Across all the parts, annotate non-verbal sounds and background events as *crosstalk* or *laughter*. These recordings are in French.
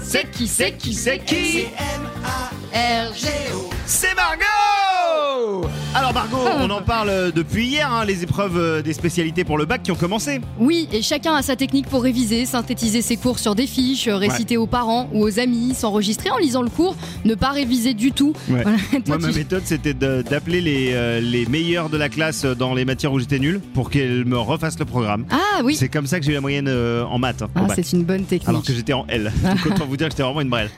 c'est Qui c'est Qui c'est Qui M-A-R-G-O. C'est Margot Alors Margot, Ah. on en parle depuis hier, hein, les épreuves euh, des spécialités pour le bac qui ont commencé. Oui, et chacun a sa technique pour réviser, synthétiser ses cours sur des fiches, euh, réciter aux parents ou aux amis, s'enregistrer en lisant le cours, ne pas réviser du tout. Ouais. Voilà, toi, Moi, tu- ma méthode, c'était de- d'appeler les, euh, les meilleurs de la classe euh, dans les matières où j'étais nul pour qu'elles me refassent le programme. Ah oui, C'est comme ça que j'ai eu la moyenne euh, en maths, hein, au Ah, bac. c'est Ah. une bonne technique. alors que j'étais en L. Donc, autant vous dire que j'étais vraiment une brêle.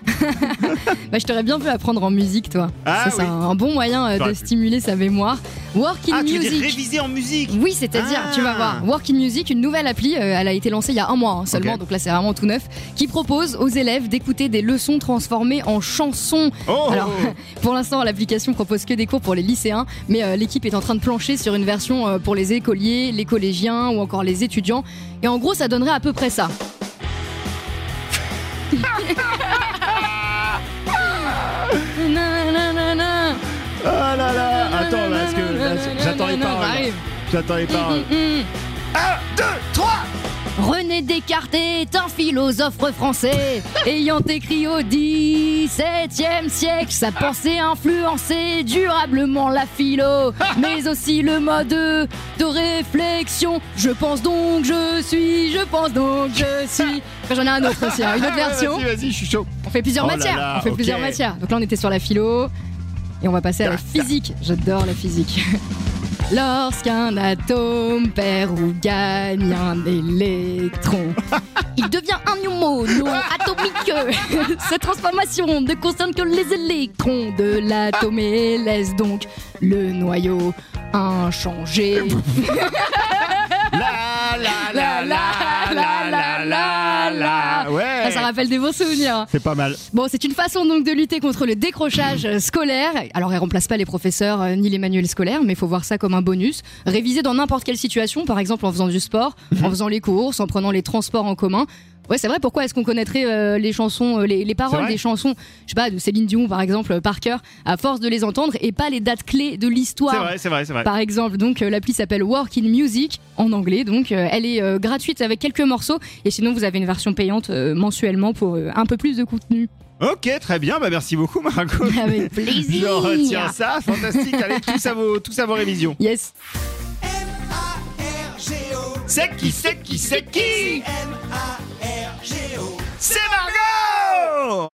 Bah, je t'aurais bien vu apprendre en musique, toi. Ah Ça, c'est oui. un un bon moyen euh, J'aurais de pu. stimuler sa mémoire. Work in Ah, tu veux dire Music. réviser en musique Oui, c'est-à-dire, Ah. tu vas voir, Work in Music, une nouvelle appli, euh, elle a été lancée il y a un mois hein, seulement, Ok. donc là c'est vraiment tout neuf, qui propose aux élèves d'écouter des leçons transformées en chansons. Oh Alors, pour l'instant, l'application propose que des cours pour les lycéens, mais euh, l'équipe est en train de plancher sur une version euh, pour les écoliers, les collégiens ou encore les étudiants. Et en gros, ça donnerait à peu près ça. Nanana. Ah là là Attends, là, est-ce que. là, Nanana. J'attends les Ça paroles. arrive. J'attends les paroles. Mm. 1, 2, 3 René Descartes est un philosophe français ayant écrit au XVIIe siècle. Sa pensée a influencé durablement la philo, mais aussi le mode de réflexion. Je pense donc, je suis, je pense donc, je suis. Enfin, J'en ai un autre aussi, hein, une autre version. Vas-y, vas-y, je suis chaud. On fait plusieurs Oh là matières. là, on fait ok. plusieurs matières. Donc là, on était sur la philo. Et on va passer à la physique. J'adore la physique. *laughs* Lorsqu'un atome perd ou gagne un *laughs* électron, il devient un ion *laughs* atomique. Cette transformation ne concerne que les électrons de l'atome et laisse donc le noyau inchangé. La Ah la *laughs* la la la, la la la la Ça, Ah, ça Ouais rappelle des beaux souvenirs. C'est pas mal. Bon, c'est une façon donc de lutter contre le décrochage euh, scolaire. Alors, elle remplace pas les professeurs euh, ni les manuels scolaires, mais il faut voir ça comme un bonus. Réviser dans n'importe quelle situation, par exemple en faisant du sport, Mhm. en faisant les courses, en prenant les transports en commun. Ouais, c'est vrai. Pourquoi est-ce qu'on connaîtrait euh, les chansons, euh, les, les paroles vrai des chansons, je sais pas, de Céline Dion par exemple, euh, par cœur, à force de les entendre et pas les dates clés de l'histoire C'est vrai, c'est vrai, c'est vrai. par exemple. Donc euh, l'appli s'appelle Work in Music en anglais. Donc euh, elle est euh, gratuite avec quelques morceaux et sinon vous avez une version payante euh, mensuellement pour euh, un peu plus de contenu. Ok, très bien. Bah, merci beaucoup, Margot. *laughs* Avec Je plaisir. retiens ça. Fantastique. Allez, tous à vos, tous à vos révisions. Yes. M-A-R-G-O. C'est qui, c'est qui, c'est qui M-A-R-G-O. C'est Margot